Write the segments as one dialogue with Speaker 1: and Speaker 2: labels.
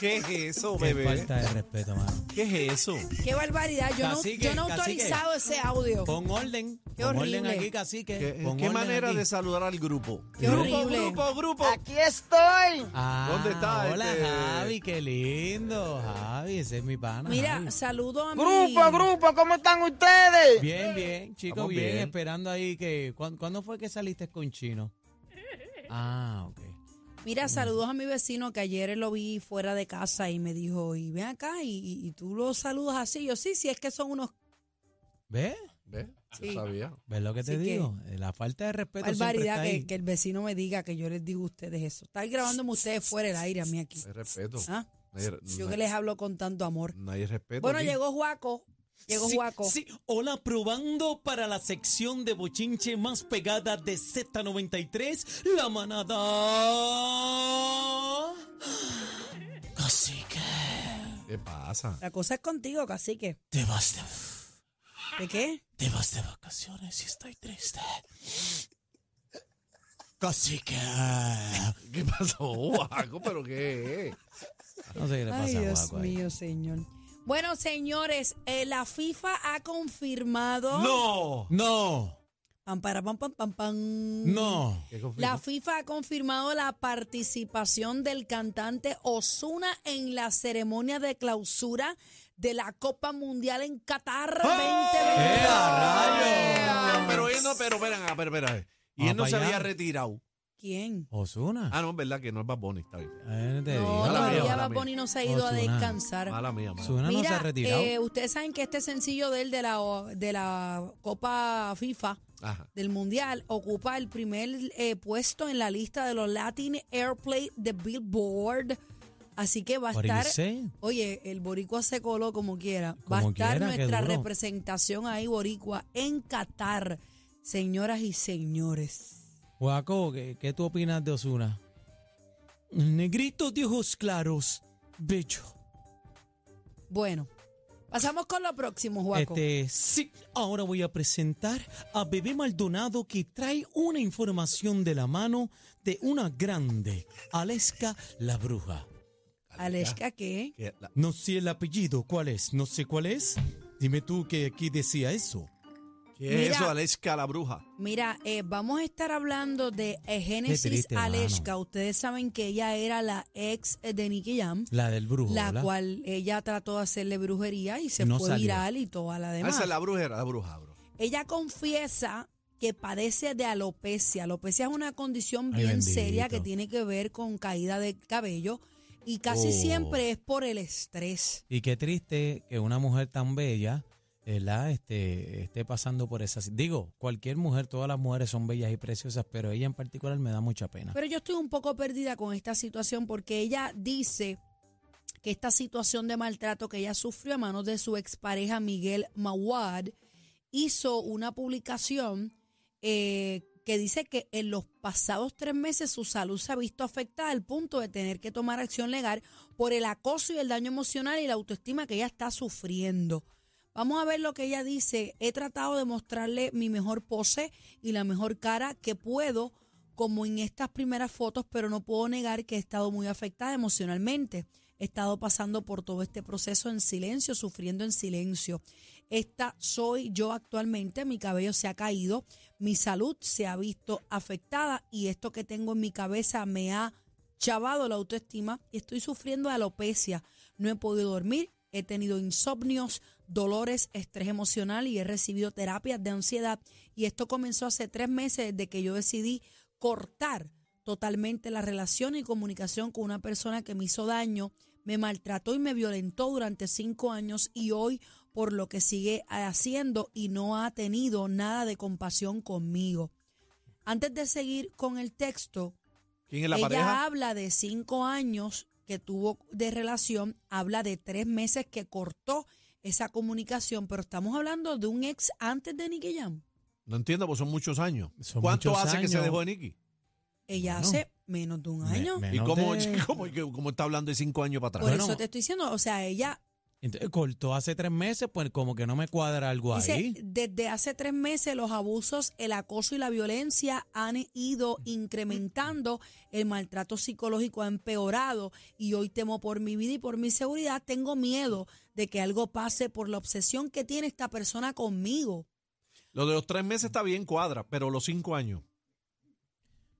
Speaker 1: ¿Qué es eso,
Speaker 2: Qué
Speaker 1: bebé?
Speaker 2: falta de respeto, mano.
Speaker 1: ¿Qué es eso?
Speaker 3: ¡Qué barbaridad! Yo no,
Speaker 2: Cacique,
Speaker 3: yo no he
Speaker 2: cacique.
Speaker 3: autorizado ese audio.
Speaker 2: Pon orden.
Speaker 3: Qué
Speaker 2: pon
Speaker 3: horrible.
Speaker 2: orden aquí, cacique.
Speaker 1: ¿Qué,
Speaker 2: Pon
Speaker 1: qué
Speaker 2: orden
Speaker 1: manera
Speaker 2: aquí.
Speaker 1: de saludar al grupo?
Speaker 3: Qué
Speaker 1: grupo,
Speaker 3: horrible. Ah,
Speaker 1: grupo, grupo.
Speaker 4: Aquí estoy.
Speaker 2: Ah,
Speaker 1: ¿Dónde está
Speaker 2: Hola,
Speaker 1: este?
Speaker 2: Javi, qué lindo. Javi, ese es mi pana.
Speaker 3: Mira,
Speaker 2: Javi.
Speaker 3: saludo a mi...
Speaker 4: Grupo, grupo, ¿cómo están ustedes?
Speaker 2: Bien, bien, chico,
Speaker 1: Estamos
Speaker 2: bien.
Speaker 1: bien.
Speaker 2: Esperando ahí que. ¿cuán- ¿Cuándo fue que saliste con Chino? Ah, ok.
Speaker 3: Mira, saludos a mi vecino que ayer lo vi fuera de casa y me dijo, y ven acá, y, y- y tú lo saludas así. Yo, sí, sí, es que son unos...
Speaker 2: ¿Ves?
Speaker 5: ¿Ves?
Speaker 3: Sí.
Speaker 5: Yo sabía.
Speaker 2: ¿Ves lo que te
Speaker 3: Así que-
Speaker 2: digo? La falta de respeto siempre está
Speaker 3: Barbaridad
Speaker 2: ahí.
Speaker 3: que, que el vecino me diga que yo les digo a ustedes eso. Están grabándome ustedes fuera el aire a mí aquí.
Speaker 5: No hay respeto.
Speaker 3: ¿Ah?
Speaker 5: No hay,
Speaker 3: Yo
Speaker 5: no
Speaker 3: que
Speaker 5: hay-
Speaker 3: les hablo con tanto amor.
Speaker 5: no hay respeto.
Speaker 3: Bueno,
Speaker 5: aquí.
Speaker 3: llegó Juaco. Llegó
Speaker 6: Sí,
Speaker 3: Juaco.
Speaker 6: Sí, hola, probando para la sección de bochinche más pegada de Z93, la manada. Así que
Speaker 5: ¿Qué pasa?
Speaker 3: La cosa es contigo, cacique.
Speaker 6: te vas de,
Speaker 3: ¿De qué?
Speaker 6: te vas de vacaciones y estoy triste. Así que
Speaker 5: ¿Qué pasó, Guaco? ¿Pero qué es?
Speaker 2: No sé qué le pasa
Speaker 3: Ay,
Speaker 2: a
Speaker 3: Dios
Speaker 2: Guaco ahí.
Speaker 3: mío, señor. Bueno, señores, eh, la FIFA ha confirmado.
Speaker 6: no.
Speaker 2: No,
Speaker 3: Pam, para, pam, pam, pam, pam.
Speaker 2: no.
Speaker 5: ¿Qué conflicto?
Speaker 3: La FIFA ha confirmado la participación del cantante Osuna en la ceremonia de clausura de la Copa Mundial en Qatar 2022.
Speaker 2: ¡Eh, a
Speaker 1: Ah, pero él no, pero espera, ah, pero espera. Y él
Speaker 2: Vamos
Speaker 1: no se
Speaker 2: para allá.
Speaker 1: había retirado.
Speaker 3: ¿Quién?
Speaker 2: Osuna.
Speaker 5: Ah, no, es verdad que no es Bad Bunny, está bien.
Speaker 2: Eh, te
Speaker 3: No,
Speaker 2: digo.
Speaker 5: mala mía,
Speaker 3: todavía
Speaker 5: mala
Speaker 3: Bad
Speaker 5: mía.
Speaker 3: Bunny no se ha ido a
Speaker 2: Ozuna.
Speaker 3: descansar.
Speaker 5: Mala mía, mala.
Speaker 2: Osuna no se ha retirado.
Speaker 3: eh, ustedes saben que este sencillo de él de la, de la Copa FIFA
Speaker 5: Ajá.
Speaker 3: del Mundial ocupa el primer eh, puesto en la lista de los Latin Airplay de Billboard. Así que va a
Speaker 2: What did you
Speaker 3: estar.
Speaker 2: say?
Speaker 3: Oye, el Boricua se coló como quiera. Va a
Speaker 2: Como
Speaker 3: estar
Speaker 2: quiera, qué
Speaker 3: nuestra
Speaker 2: duro.
Speaker 3: representación ahí, Boricua, en Qatar, señoras y señores.
Speaker 2: Guaco, ¿qué, qué tú opinas de Osuna?
Speaker 6: Negrito de ojos claros, bello.
Speaker 3: Bueno, pasamos con lo próximo, Juaco.
Speaker 2: Este,
Speaker 6: Sí, ahora voy a presentar a Bebé Maldonado que trae una información de la mano de una grande, Aleska la Bruja.
Speaker 3: Aleska, ¿qué?
Speaker 5: Que la-
Speaker 6: No sé el apellido, ¿cuál es? No sé cuál es. Dime tú que aquí decía eso.
Speaker 1: ¿Qué
Speaker 3: Mira.
Speaker 1: es eso, Alexa la bruja?
Speaker 3: Mira, eh, vamos a estar hablando de eh, Génesis
Speaker 2: triste,
Speaker 3: Aleska.
Speaker 2: mano.
Speaker 3: Ustedes saben que ella era la ex eh, de Nicky Jam.
Speaker 2: la del brujo,
Speaker 3: la
Speaker 2: ¿verdad?
Speaker 3: cual ella trató de hacerle brujería y se
Speaker 2: No
Speaker 3: fue
Speaker 2: salió.
Speaker 3: viral y toda la
Speaker 1: Ah,
Speaker 3: demás.
Speaker 1: Esa es la bruja, era la bruja, bro.
Speaker 3: Ella confiesa que padece de alopecia. Alopecia es una condición
Speaker 2: Ay,
Speaker 3: bien
Speaker 2: bendito.
Speaker 3: seria que tiene que ver con caída de cabello y casi
Speaker 2: Oh.
Speaker 3: siempre es por el estrés.
Speaker 2: Y qué triste que una mujer tan bella, ¿verdad? Este, esté pasando por esas. Digo, cualquier mujer, todas las mujeres son bellas y preciosas, pero ella en particular me da mucha pena.
Speaker 3: Pero yo estoy un poco perdida con esta situación porque ella dice que esta situación de maltrato que ella sufrió a manos de su expareja Miguel Mawad hizo una publicación eh, que dice que en los pasados tres meses su salud se ha visto afectada al punto de tener que tomar acción legal por el acoso y el daño emocional y la autoestima que ella está sufriendo. Vamos a ver lo que ella dice. He tratado de mostrarle mi mejor pose y la mejor cara que puedo, como en estas primeras fotos, pero no puedo negar que he estado muy afectada emocionalmente. He estado pasando por todo este proceso en silencio, sufriendo en silencio. Esta soy yo actualmente, mi cabello se ha caído, mi salud se ha visto afectada y esto que tengo en mi cabeza me ha chavado la autoestima y estoy sufriendo de alopecia. No he podido dormir, he tenido insomnios, dolores, estrés emocional y he recibido terapias de ansiedad. Y esto comenzó hace tres meses desde que yo decidí cortar totalmente la relación y comunicación con una persona que me hizo daño, me maltrató y me violentó durante cinco años y hoy por lo que sigue haciendo y no ha tenido nada de compasión conmigo. Antes de seguir con el texto,
Speaker 1: ¿Quién es la
Speaker 3: ella
Speaker 1: pareja?
Speaker 3: habla de cinco años que tuvo de relación, habla de tres meses que cortó esa comunicación, pero estamos hablando de un ex antes de Nicky Jam.
Speaker 1: No entiendo, pues son muchos años.
Speaker 2: Son
Speaker 1: ¿Cuánto
Speaker 2: muchos
Speaker 1: hace que se
Speaker 2: años.
Speaker 1: dejó de Nicky?
Speaker 3: Ella
Speaker 2: Bueno.
Speaker 3: hace menos de un
Speaker 2: Me-
Speaker 3: año.
Speaker 1: ¿Y
Speaker 2: menos
Speaker 1: cómo,
Speaker 2: de-
Speaker 1: cómo- cómo está hablando de cinco años para
Speaker 3: Por
Speaker 1: atrás?
Speaker 3: eso
Speaker 2: Bueno.
Speaker 3: te estoy diciendo, o sea, ella
Speaker 2: Entonces, cortó hace tres meses, pues como que no me cuadra algo
Speaker 3: dice,
Speaker 2: ahí.
Speaker 3: desde hace tres meses los abusos, el acoso y la violencia han ido incrementando, el maltrato psicológico ha empeorado y hoy temo por mi vida y por mi seguridad, tengo miedo de que algo pase por la obsesión que tiene esta persona conmigo.
Speaker 1: Lo de los tres meses está bien cuadra, pero los cinco años.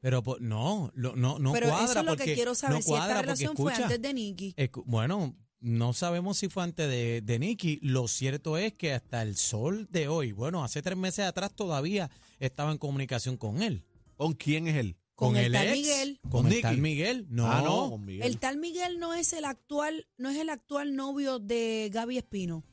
Speaker 2: Pero pues, no, lo- no, no
Speaker 3: Pero
Speaker 2: cuadra.
Speaker 3: eso es lo
Speaker 2: porque-
Speaker 3: que quiero saber,
Speaker 2: no
Speaker 3: si esta
Speaker 2: cuadra porque,
Speaker 3: relación fue
Speaker 2: escucha,
Speaker 3: antes de Nicky.
Speaker 2: Escu- Bueno, no sabemos si fue antes de, de Nicky. Lo cierto es que hasta el sol de hoy, bueno, hace tres meses atrás todavía estaba en comunicación con él.
Speaker 1: ¿Con quién es él?
Speaker 3: Con el tal
Speaker 2: ex,
Speaker 3: Miguel.
Speaker 2: Con,
Speaker 1: Con
Speaker 2: el
Speaker 1: Nicky.
Speaker 2: tal Miguel. No,
Speaker 1: Ah, no, con Miguel.
Speaker 3: El tal Miguel no es el actual, no es el actual novio de Gaby Espino.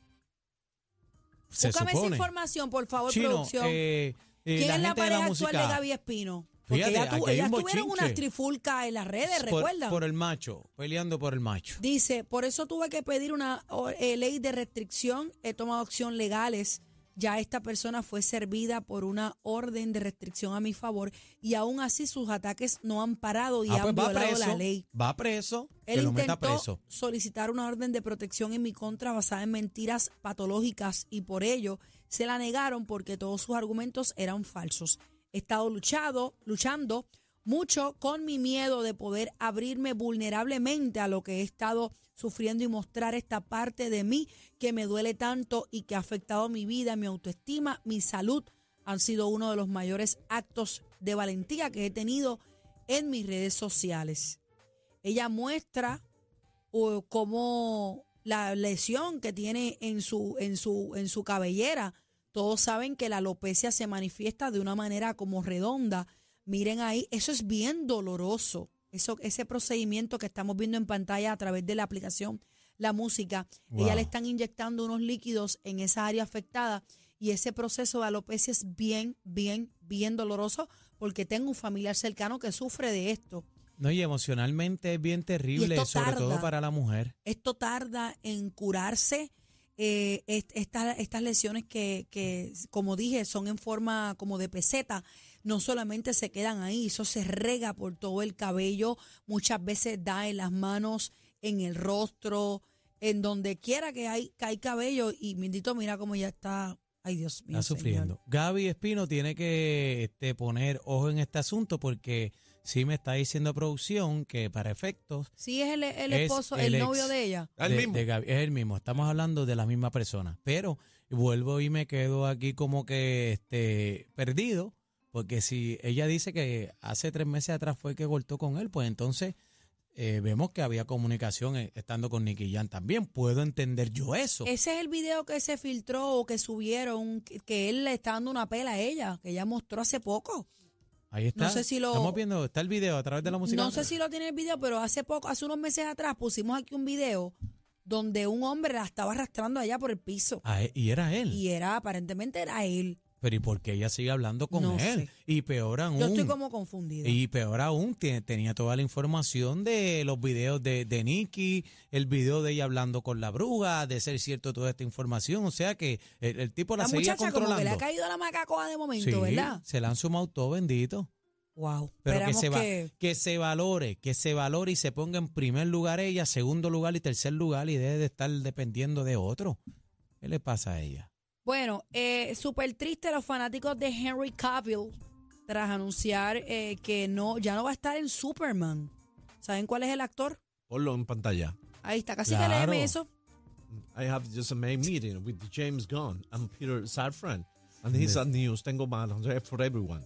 Speaker 2: Se
Speaker 3: Búscame esa
Speaker 2: supone.
Speaker 3: información, por favor,
Speaker 2: Chino,
Speaker 3: producción.
Speaker 2: eh, eh,
Speaker 3: ¿Quién
Speaker 2: la
Speaker 3: es
Speaker 2: gente
Speaker 3: la
Speaker 2: de
Speaker 3: pareja
Speaker 2: la
Speaker 3: actual
Speaker 2: música.
Speaker 3: de Gaby Espino? Porque
Speaker 2: Fíjate,
Speaker 3: ella tuvo-
Speaker 2: aquí hay
Speaker 3: ellas
Speaker 2: un
Speaker 3: tuvieron
Speaker 2: bochinche.
Speaker 3: unas trifulcas en las redes,
Speaker 2: por,
Speaker 3: ¿recuerdan?
Speaker 2: por el macho, peleando por el macho.
Speaker 3: Dice, por eso tuve que pedir una o- eh, ley de restricción, he tomado acción legales. Ya esta persona fue servida por una orden de restricción a mi favor y aún así sus ataques no han parado y
Speaker 2: Ah, pues
Speaker 3: han
Speaker 2: va
Speaker 3: violado
Speaker 2: preso.
Speaker 3: la ley.
Speaker 2: Va preso. que
Speaker 3: Él
Speaker 2: lo meta
Speaker 3: intentó
Speaker 2: preso.
Speaker 3: solicitar una orden de protección en mi contra basada en mentiras patológicas y por ello se la negaron porque todos sus argumentos eran falsos. He estado luchado, luchando mucho con mi miedo de poder abrirme vulnerablemente a lo que he estado sufriendo y mostrar esta parte de mí que me duele tanto y que ha afectado mi vida, mi autoestima, mi salud. Han sido uno de los mayores actos de valentía que he tenido en mis redes sociales ella muestra o, cómo la lesión que tiene en su, en su, en su cabellera. Todos saben que la alopecia se manifiesta de una manera como redonda. Miren ahí, eso es bien doloroso. Eso, ese procedimiento que estamos viendo en pantalla a través de la aplicación La Música, ella
Speaker 2: Wow.
Speaker 3: le están inyectando unos líquidos en esa área afectada y ese proceso de alopecia es bien, bien, bien doloroso porque tengo un familiar cercano que sufre de esto.
Speaker 2: No, y emocionalmente es bien terrible,
Speaker 3: esto
Speaker 2: sobre todo
Speaker 3: tarda.
Speaker 2: para la mujer.
Speaker 3: Esto tarda en curarse. eh, est- esta- estas lesiones que, que, como dije, son en forma como de peseta, no solamente se quedan ahí, eso se rega por todo el cabello, muchas veces da en las manos, en el rostro, en donde quiera que hay, que hay cabello y bendito mira cómo ya está, ay Dios mío.
Speaker 2: Está
Speaker 3: señor.
Speaker 2: sufriendo. Gaby Espino tiene que este, poner ojo en este asunto porque sí me está diciendo producción que para efectos
Speaker 3: Sí, es el, el
Speaker 2: Es
Speaker 3: esposo, el,
Speaker 2: el ex.
Speaker 3: novio de ella.
Speaker 1: Ah, el
Speaker 2: de-
Speaker 1: mismo.
Speaker 2: de Gaby- es el mismo, estamos hablando de la misma persona. Pero vuelvo y me quedo aquí como que este, perdido, porque si ella dice que hace tres meses atrás fue que cortó con él, pues entonces eh, vemos que había comunicación eh, estando con Nicky Jan también. Puedo entender yo eso.
Speaker 3: Ese es el video que se filtró o que subieron, que, que él le está dando una pela a ella, que ella mostró hace poco.
Speaker 2: Ahí está.
Speaker 3: no sé si lo-
Speaker 2: Estamos viendo, está el video a través de la música.
Speaker 3: No sé si lo tiene el video, pero hace poco, hace unos meses atrás pusimos aquí un video donde un hombre la estaba arrastrando allá por el piso
Speaker 2: Ah, eh, y era él.
Speaker 3: y era aparentemente era él.
Speaker 2: Pero ¿y por qué ella sigue hablando con
Speaker 3: No
Speaker 2: él?
Speaker 3: sé.
Speaker 2: Y peor aún.
Speaker 3: Yo estoy como confundida.
Speaker 2: Y peor aún, tie- tenía toda la información de los videos de, de Nicky, el video de ella hablando con la bruja, de ser cierto toda esta información. O sea que el, el tipo la,
Speaker 3: La
Speaker 2: seguía
Speaker 3: muchacha como que le
Speaker 2: controlando.
Speaker 3: ha caído la macacoa de momento,
Speaker 2: Sí,
Speaker 3: ¿verdad?
Speaker 2: se la han sumado todo, bendito.
Speaker 3: Wow.
Speaker 2: Pero que
Speaker 3: Esperamos
Speaker 2: se, va,
Speaker 3: que-
Speaker 2: que se valore, que se valore y se ponga en primer lugar ella, segundo lugar y tercer lugar y deje de estar dependiendo de otro. ¿Qué le pasa a ella?
Speaker 3: Bueno, eh, súper triste los fanáticos de Henry Cavill tras anunciar eh, que no, ya no va a estar en Superman. ¿Saben cuál es el actor?
Speaker 1: Ponlo en pantalla.
Speaker 3: Ahí está, casi que
Speaker 2: Claro.
Speaker 3: léeme eso.
Speaker 1: I have just a main meeting with James Gunn and Peter Safran. And he's a news. Tengo mal for everyone.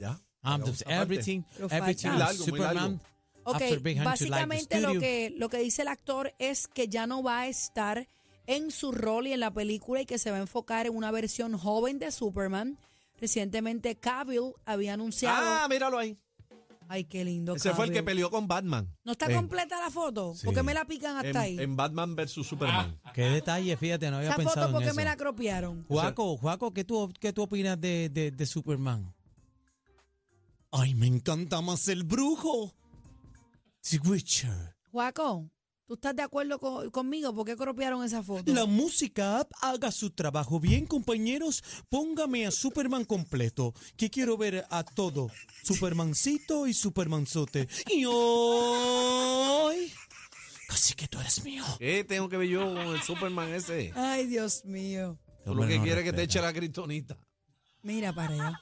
Speaker 1: ¿Ya?
Speaker 2: Um,
Speaker 1: Pero aparte,
Speaker 2: everything,
Speaker 3: Pero falta.
Speaker 2: everything,
Speaker 3: Muy
Speaker 1: largo, muy largo.
Speaker 2: Superman.
Speaker 3: Ok,
Speaker 2: After Big Hand to Light, the
Speaker 3: básicamente lo
Speaker 2: studio.
Speaker 3: que, lo que dice el actor es que ya no va a estar en su rol y en la película y que se va a enfocar en una versión joven de Superman. Recientemente Cavill había anunciado
Speaker 1: Ah, míralo ahí.
Speaker 3: Ay, qué lindo.
Speaker 1: Ese fue el que
Speaker 3: Gabriel.
Speaker 1: peleó con Batman.
Speaker 3: ¿No está
Speaker 2: Eh.
Speaker 1: en-
Speaker 3: completa la foto?
Speaker 1: Sí.
Speaker 3: ¿Por qué me la pican
Speaker 2: Em,
Speaker 1: En,
Speaker 3: hasta ahí?
Speaker 1: en Batman versus Superman.
Speaker 2: Qué detalle, fíjate, no había
Speaker 3: Esa foto,
Speaker 2: pensado
Speaker 3: ¿por
Speaker 2: en
Speaker 3: qué
Speaker 2: eso.
Speaker 3: me la cropiaron?
Speaker 2: Juaco, Juaco, ¿qué tú, qué tú opinas de, de- de Superman?
Speaker 6: Ay, me encanta más el brujo. The Witcher.
Speaker 3: Juaco, ¿tú estás de acuerdo co- conmigo? ¿Por qué cropiaron esa foto?
Speaker 6: La música app haga su trabajo bien, compañeros. Póngame a Superman completo, que quiero ver a todo. Supermancito y Supermanzote. Y hoy... Casi que tú eres mío.
Speaker 1: ¿Qué Eh, tengo que ver yo con el Superman ese?
Speaker 3: Ay, Dios mío.
Speaker 1: Tú lo que quieres es que te eche la cristonita.
Speaker 3: Mira para allá.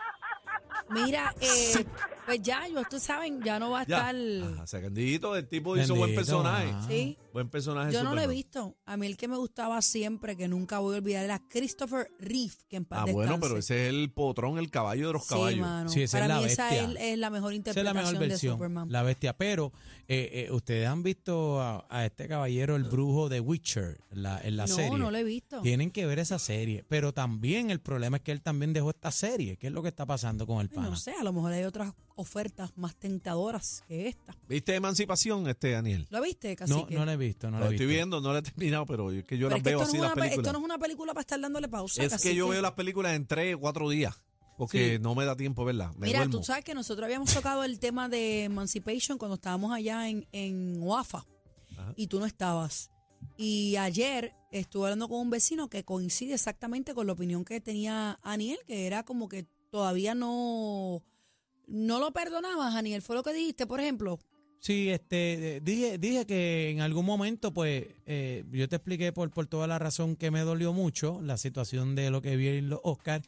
Speaker 3: Mira, eh, pues ya, yo, ustedes saben, ya no va a
Speaker 1: Ya.
Speaker 3: estar...
Speaker 1: Ajá, sacandito, el tipo hizo buen
Speaker 2: Bendito,
Speaker 1: personaje.
Speaker 2: ajá.
Speaker 3: ¿Sí?
Speaker 1: Buen
Speaker 2: ah,
Speaker 1: personaje.
Speaker 3: Yo no lo he
Speaker 1: Superman.
Speaker 3: visto. A mí el que me gustaba siempre, que nunca voy a olvidar, era Christopher Reeve, que en paz
Speaker 1: Ah, bueno,
Speaker 3: descanse.
Speaker 1: pero ese es el potrón, el caballo de los
Speaker 3: Sí,
Speaker 1: caballos.
Speaker 3: mano.
Speaker 2: Sí, esa
Speaker 3: Para
Speaker 2: es la
Speaker 3: mí esa es,
Speaker 2: bestia.
Speaker 3: es la mejor
Speaker 2: Esa es la
Speaker 3: interpretación
Speaker 2: mejor
Speaker 3: de
Speaker 2: versión,
Speaker 3: Superman.
Speaker 2: la bestia. Pero eh, eh, ustedes han visto a, a este caballero, el brujo de Witcher, la- en la
Speaker 3: no,
Speaker 2: serie.
Speaker 3: no lo he visto.
Speaker 2: Tienen que ver esa serie. Pero también el problema es que él también dejó esta serie. ¿Qué es lo que está pasando con el
Speaker 3: Ay,
Speaker 2: pana?
Speaker 3: No sé, a lo mejor hay otras ofertas más tentadoras que esta.
Speaker 1: ¿Viste Emancipación, este, Daniel?
Speaker 3: ¿Lo viste,
Speaker 2: No,
Speaker 3: Cacique?
Speaker 2: no la he visto, no
Speaker 1: Lo
Speaker 2: la he visto.
Speaker 1: estoy viendo, no la he terminado, pero es que yo
Speaker 3: Pero
Speaker 1: las
Speaker 3: es que
Speaker 1: veo
Speaker 3: esto,
Speaker 1: así
Speaker 3: no es
Speaker 1: las
Speaker 3: una, pe-
Speaker 1: películas.
Speaker 3: esto no es una película para estar dándole pausa.
Speaker 1: Es que yo
Speaker 3: Cacique.
Speaker 1: veo las películas en tres, cuatro días. Porque
Speaker 3: Sí.
Speaker 1: no me da tiempo verlas. Me
Speaker 3: Mira,
Speaker 1: duermo.
Speaker 3: tú sabes que nosotros habíamos tocado el tema de Emancipation cuando estábamos allá en, en Oafa
Speaker 1: Ajá.
Speaker 3: y tú no estabas. Y ayer estuve hablando con un vecino que coincide exactamente con la opinión que tenía Aniel, que era como que todavía no, no lo perdonabas, Aniel. Fue lo que dijiste, por ejemplo.
Speaker 2: Sí, este, eh, dije, dije que en algún momento, pues, eh, yo te expliqué por, por toda la razón que me dolió mucho la situación de lo que vi en los Oscars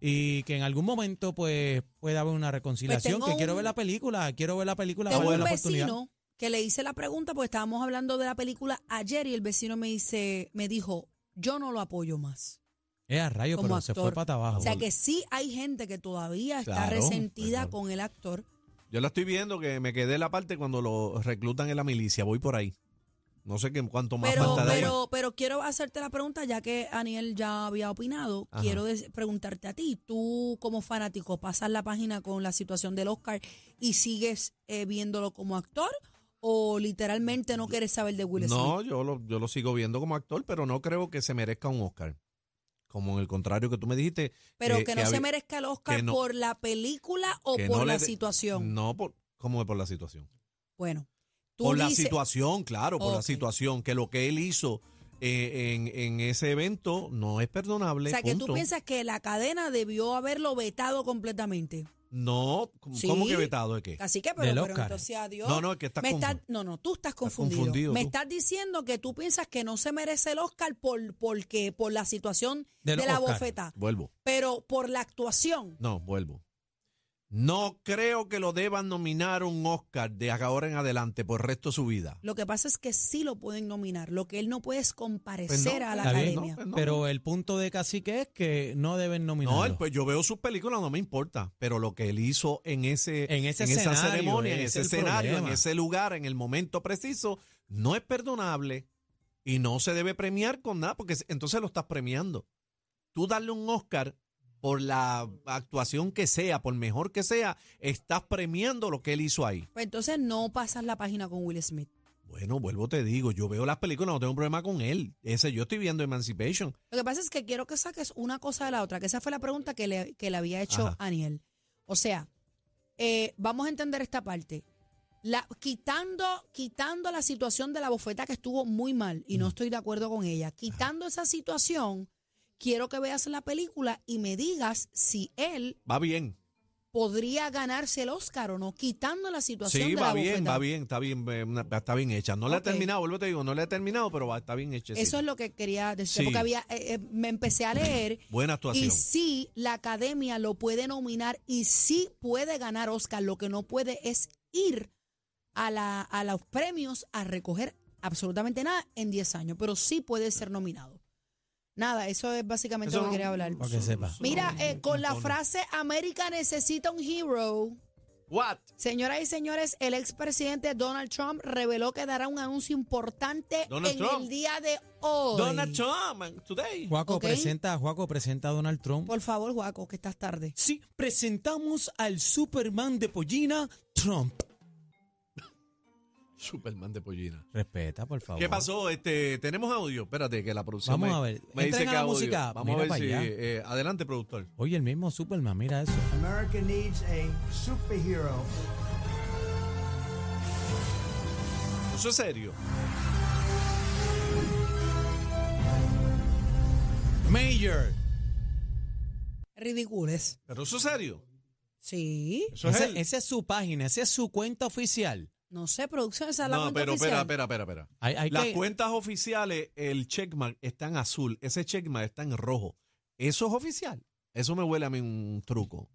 Speaker 2: y que en algún momento, pues, puede haber una reconciliación,
Speaker 3: Pues tengo
Speaker 2: que quiero
Speaker 3: un-
Speaker 2: ver la película, quiero ver la película,
Speaker 3: Tengo
Speaker 2: vale
Speaker 3: un
Speaker 2: la oportunidad.
Speaker 3: vecino que le hice la pregunta porque estábamos hablando de la película ayer y el vecino me dice, me dijo, yo no lo apoyo más.
Speaker 2: Eh, a rayo,
Speaker 3: como
Speaker 2: pero se fue
Speaker 3: actor.
Speaker 2: para abajo.
Speaker 3: O sea que sí hay gente que todavía está
Speaker 1: Claro,
Speaker 3: resentida
Speaker 1: claro.
Speaker 3: con el actor.
Speaker 1: Yo la estoy viendo que me quedé en la parte cuando lo reclutan en la milicia. Voy por ahí. No sé qué, cuánto más
Speaker 3: Pero,
Speaker 1: falta de ahí.
Speaker 3: pero, pero quiero hacerte la pregunta, ya que Aniel ya había opinado.
Speaker 1: Ajá.
Speaker 3: Quiero des- preguntarte a ti, tú como fanático, ¿pasas la página con la situación del Oscar y sigues eh, viéndolo como actor? ¿O literalmente no quieres saber de Will Smith?
Speaker 1: No, yo lo, yo lo sigo viendo como actor, pero no creo que se merezca un Oscar. Como en el contrario que tú me dijiste.
Speaker 3: pero
Speaker 1: eh,
Speaker 3: que, no
Speaker 1: había-
Speaker 3: se merezca el Oscar
Speaker 1: que no-
Speaker 3: por la película o
Speaker 1: que
Speaker 3: por
Speaker 1: no le
Speaker 3: la
Speaker 1: de-
Speaker 3: situación.
Speaker 1: No, por, ¿cómo es por la situación?
Speaker 3: Bueno, tú
Speaker 1: Por la
Speaker 3: dices-
Speaker 1: situación, claro, por la
Speaker 3: Ok.
Speaker 1: situación. Que lo que él hizo eh, en, en ese evento no es perdonable.
Speaker 3: O sea, que tú
Speaker 1: punto.
Speaker 3: piensas que la cadena debió haberlo vetado completamente.
Speaker 1: No, ¿cómo cómo
Speaker 3: Sí.
Speaker 1: que vetado de qué?
Speaker 3: Así que,
Speaker 2: Del
Speaker 3: pero, pero
Speaker 2: Oscar.
Speaker 3: entonces adiós.
Speaker 1: No, no, es que estás
Speaker 3: Me
Speaker 1: confu-
Speaker 3: estás- no, no, tú estás confundido.
Speaker 1: confundido,
Speaker 3: Me
Speaker 1: tú.
Speaker 3: estás diciendo que tú piensas que no se merece el Oscar por, porque, por la situación
Speaker 2: Del
Speaker 3: de la
Speaker 2: Oscar.
Speaker 3: bofeta,
Speaker 1: Vuelvo.
Speaker 3: pero por la actuación.
Speaker 1: No, vuelvo. No creo que lo deban nominar un Oscar de ahora en adelante por el resto de su vida.
Speaker 3: Lo que pasa es que sí lo pueden nominar. Lo que él no puede
Speaker 1: Pues
Speaker 3: es
Speaker 1: no,
Speaker 3: comparecer a la
Speaker 2: está bien,
Speaker 3: academia.
Speaker 1: no, pues no.
Speaker 2: Pero el punto de Cacique es que no deben
Speaker 1: No,
Speaker 2: nominarlo.
Speaker 1: él, pues yo veo sus películas, no me importa, pero lo que él hizo en ese,
Speaker 2: En ese
Speaker 1: esa
Speaker 2: escenario,
Speaker 1: ceremonia, en
Speaker 2: ese
Speaker 1: ese
Speaker 2: es el
Speaker 1: escenario, en
Speaker 2: problema.
Speaker 1: ese lugar, en el momento preciso, no es perdonable y no se debe premiar con nada porque entonces lo estás premiando. Tú darle un Oscar por la actuación que sea, por mejor que sea, estás premiando lo que él hizo ahí.
Speaker 3: Pues entonces no pasas la página con Will Smith.
Speaker 1: Bueno, vuelvo te digo, yo veo las películas, no tengo problema con él. Ese yo estoy viendo Emancipation.
Speaker 3: Lo que pasa es que quiero que saques una cosa de la otra, que esa fue la pregunta que le, que le había hecho
Speaker 1: Ajá.
Speaker 3: Aniel. O sea, eh, vamos a entender esta parte. La, quitando, quitando la situación de la bofeta que estuvo muy mal y no estoy de acuerdo con ella, quitando esa situación, quiero que veas la película y me digas si él
Speaker 1: Va bien.
Speaker 3: podría ganarse el Oscar o no, quitando la situación
Speaker 1: Sí,
Speaker 3: de la
Speaker 1: va bien,
Speaker 3: bofeta.
Speaker 1: va bien, está bien, eh, una- está bien hecha. No la
Speaker 3: Ok.
Speaker 1: he terminado, vuelvo te digo, no la he terminado, pero va, está bien hecha. sí.
Speaker 3: Eso es lo que quería decir,
Speaker 1: Sí.
Speaker 3: porque había, eh, eh, me empecé a leer
Speaker 1: Buena
Speaker 3: Y
Speaker 1: actuación.
Speaker 3: sí, la academia lo puede nominar y sí puede ganar Oscar. Lo que no puede es ir a, la, a los premios a recoger absolutamente nada en 10 años, pero sí puede ser nominado. Nada, eso es básicamente
Speaker 1: Eso
Speaker 3: lo que
Speaker 1: no-
Speaker 3: quería hablar.
Speaker 2: Para que sepa.
Speaker 3: Mira, eh, con la frase América necesita un hero,
Speaker 5: What?
Speaker 3: Señoras y señores, el expresidente Donald Trump reveló que dará un anuncio importante
Speaker 1: Donald
Speaker 3: en
Speaker 1: Trump.
Speaker 3: el día de hoy.
Speaker 1: Donald Trump, man, today.
Speaker 7: Juaco
Speaker 3: Ok.
Speaker 7: presenta, Juaco presenta a Donald Trump.
Speaker 3: Por favor, Juaco, que estás tarde.
Speaker 7: Sí, presentamos al Superman de Pollina, Trump.
Speaker 1: Superman de pollina.
Speaker 7: Respeta, por favor.
Speaker 1: ¿Qué pasó? Este, tenemos audio. Espérate, que la producción.
Speaker 7: Vamos
Speaker 1: me-
Speaker 7: a ver.
Speaker 1: Me dice
Speaker 7: Entren
Speaker 1: que
Speaker 7: a la
Speaker 1: audio.
Speaker 7: música.
Speaker 1: Vamos
Speaker 7: Mira
Speaker 1: a ver
Speaker 7: para
Speaker 1: si.
Speaker 7: allá.
Speaker 1: eh, adelante, productor.
Speaker 7: Oye, el mismo Superman, mira eso.
Speaker 8: America needs a superhero.
Speaker 1: Eso es serio.
Speaker 7: Mayor.
Speaker 3: Ridicules.
Speaker 1: Pero eso es serio.
Speaker 3: Sí.
Speaker 1: Eso es
Speaker 7: Esa,
Speaker 1: él.
Speaker 7: esa es su página, esa es su cuenta oficial.
Speaker 3: No sé, producción, esa es la
Speaker 1: No,
Speaker 3: cuenta
Speaker 1: pero
Speaker 3: oficial.
Speaker 1: espera, espera, espera, espera.
Speaker 7: Hay, hay
Speaker 1: Las
Speaker 7: que-
Speaker 1: cuentas oficiales, el checkmark está en azul, ese checkmark está en rojo. Eso es oficial. Eso me huele a mí un truco.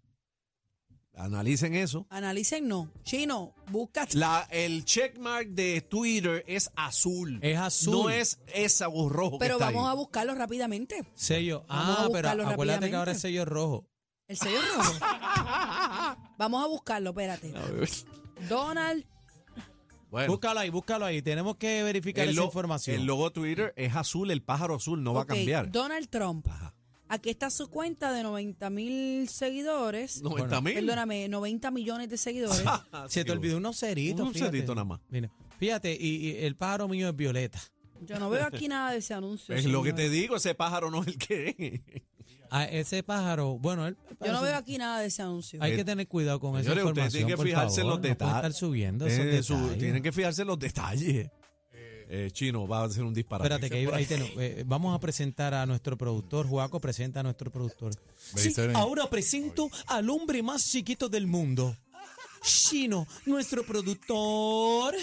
Speaker 1: Analicen eso.
Speaker 3: Analicen, no. Chino, búscate.
Speaker 1: La, el checkmark de Twitter es azul.
Speaker 7: Es azul.
Speaker 1: No es esa o rojo.
Speaker 3: Pero vamos a buscarlo rápidamente.
Speaker 7: Sello.
Speaker 3: Vamos
Speaker 7: ah,
Speaker 3: a
Speaker 7: pero
Speaker 3: buscarlo
Speaker 7: acuérdate que
Speaker 3: rápidamente.
Speaker 7: ahora es sello rojo.
Speaker 3: El sello rojo. Vamos a buscarlo, espérate. Donald,
Speaker 1: Bueno,
Speaker 7: Búscalo ahí, búscalo ahí. Tenemos que verificar
Speaker 1: el,
Speaker 7: esa
Speaker 1: lo-
Speaker 7: información.
Speaker 1: el logo Twitter es azul, el pájaro azul no
Speaker 3: ok,
Speaker 1: va a cambiar.
Speaker 3: Donald Trump.
Speaker 1: Ajá.
Speaker 3: Aquí está su cuenta de 90 mil seguidores.
Speaker 1: 90 mil.
Speaker 3: Perdóname, 90 millones de seguidores.
Speaker 7: Ah, Se te olvidó unos ceritos.
Speaker 1: Un cerito nada más.
Speaker 7: Mira, fíjate, y, y el pájaro mío es violeta.
Speaker 3: Yo no veo aquí nada de ese anuncio.
Speaker 1: Es lo que te
Speaker 3: señores.
Speaker 1: digo, ese pájaro no es el que es.
Speaker 7: Ah, ese pájaro, bueno, él-
Speaker 3: Yo no veo aquí nada de ese anuncio.
Speaker 7: hay que tener cuidado con esa
Speaker 1: Eh, Señores, ustedes
Speaker 7: información,
Speaker 1: tienen que
Speaker 7: por
Speaker 1: fijarse en
Speaker 7: favor.
Speaker 1: los
Speaker 7: No pueden
Speaker 1: detalles.
Speaker 7: estar subiendo esos
Speaker 1: Tienen su-
Speaker 7: detalles.
Speaker 1: tienen que fijarse en los detalles. Eh, chino, va a hacer un disparate.
Speaker 7: Espérate, que ahí, ahí tenemos, eh, vamos a presentar a nuestro productor. Juaco presenta a nuestro productor. Sí, ahora presento al hombre más chiquito del mundo. Chino, nuestro productor.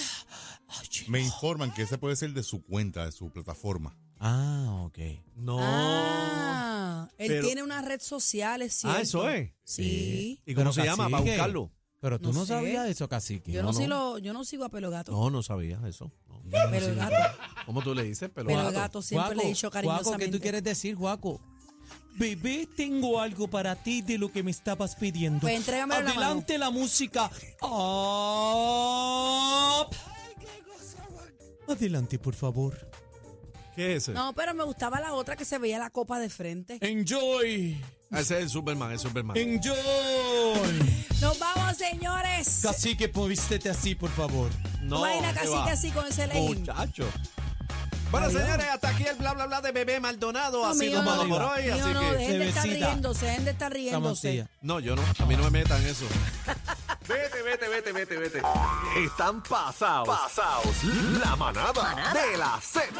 Speaker 7: Ay, Chino.
Speaker 9: Me informan que ese puede ser de su cuenta, de su plataforma.
Speaker 7: Ah, ok.
Speaker 1: No.
Speaker 3: Ah, él
Speaker 1: Pero-
Speaker 3: tiene unas redes sociales, ¿cierto?
Speaker 1: Ah, eso es.
Speaker 3: Sí.
Speaker 1: ¿Y cómo
Speaker 7: Pero
Speaker 1: se llama? Para
Speaker 7: cacique.
Speaker 1: buscarlo.
Speaker 7: Pero tú
Speaker 3: No
Speaker 7: no,
Speaker 3: sé.
Speaker 7: sabías de eso, cacique.
Speaker 3: Yo no,
Speaker 1: no.
Speaker 3: sigo, yo no sigo a Pelo Gato.
Speaker 1: No, no sabía eso. no.
Speaker 3: Pelo Gato.
Speaker 1: ¿Cómo tú le dices? Pelo
Speaker 3: Pelo
Speaker 1: gato.
Speaker 3: Gato siempre le he dicho cariñosamente.
Speaker 7: Juaco, ¿qué tú quieres decir, Juaco? Bebé, tengo algo para ti de lo que me estabas pidiendo.
Speaker 3: Pues entrégamelo en la
Speaker 7: Adelante la, música. Up. Adelante, por favor.
Speaker 1: ¿Qué es ese?
Speaker 3: No, pero me gustaba la otra que se veía la copa de frente.
Speaker 7: Enjoy.
Speaker 1: Ah, Ese es el Superman, el Superman.
Speaker 7: Enjoy.
Speaker 3: Nos vamos, señores.
Speaker 7: Casi que povistete así, por favor.
Speaker 1: No,
Speaker 3: Vaina
Speaker 1: ¿qué
Speaker 3: casi
Speaker 1: va?
Speaker 3: que así con ese ley.
Speaker 1: Muchacho. Bueno,
Speaker 3: Adiós.
Speaker 1: señores, hasta aquí el bla, bla, bla de Bebé Maldonado. ha sido todo por hoy,
Speaker 3: mío
Speaker 1: así
Speaker 3: no,
Speaker 1: que...
Speaker 3: dejen de estar
Speaker 7: Bebecita.
Speaker 3: riéndose, dejen de estar riéndose.
Speaker 7: Samantía.
Speaker 1: No, yo no. A mí no me metan eso.
Speaker 5: Vete, vete, vete, vete, vete. Están pasados. Pasados. La manada de la Z.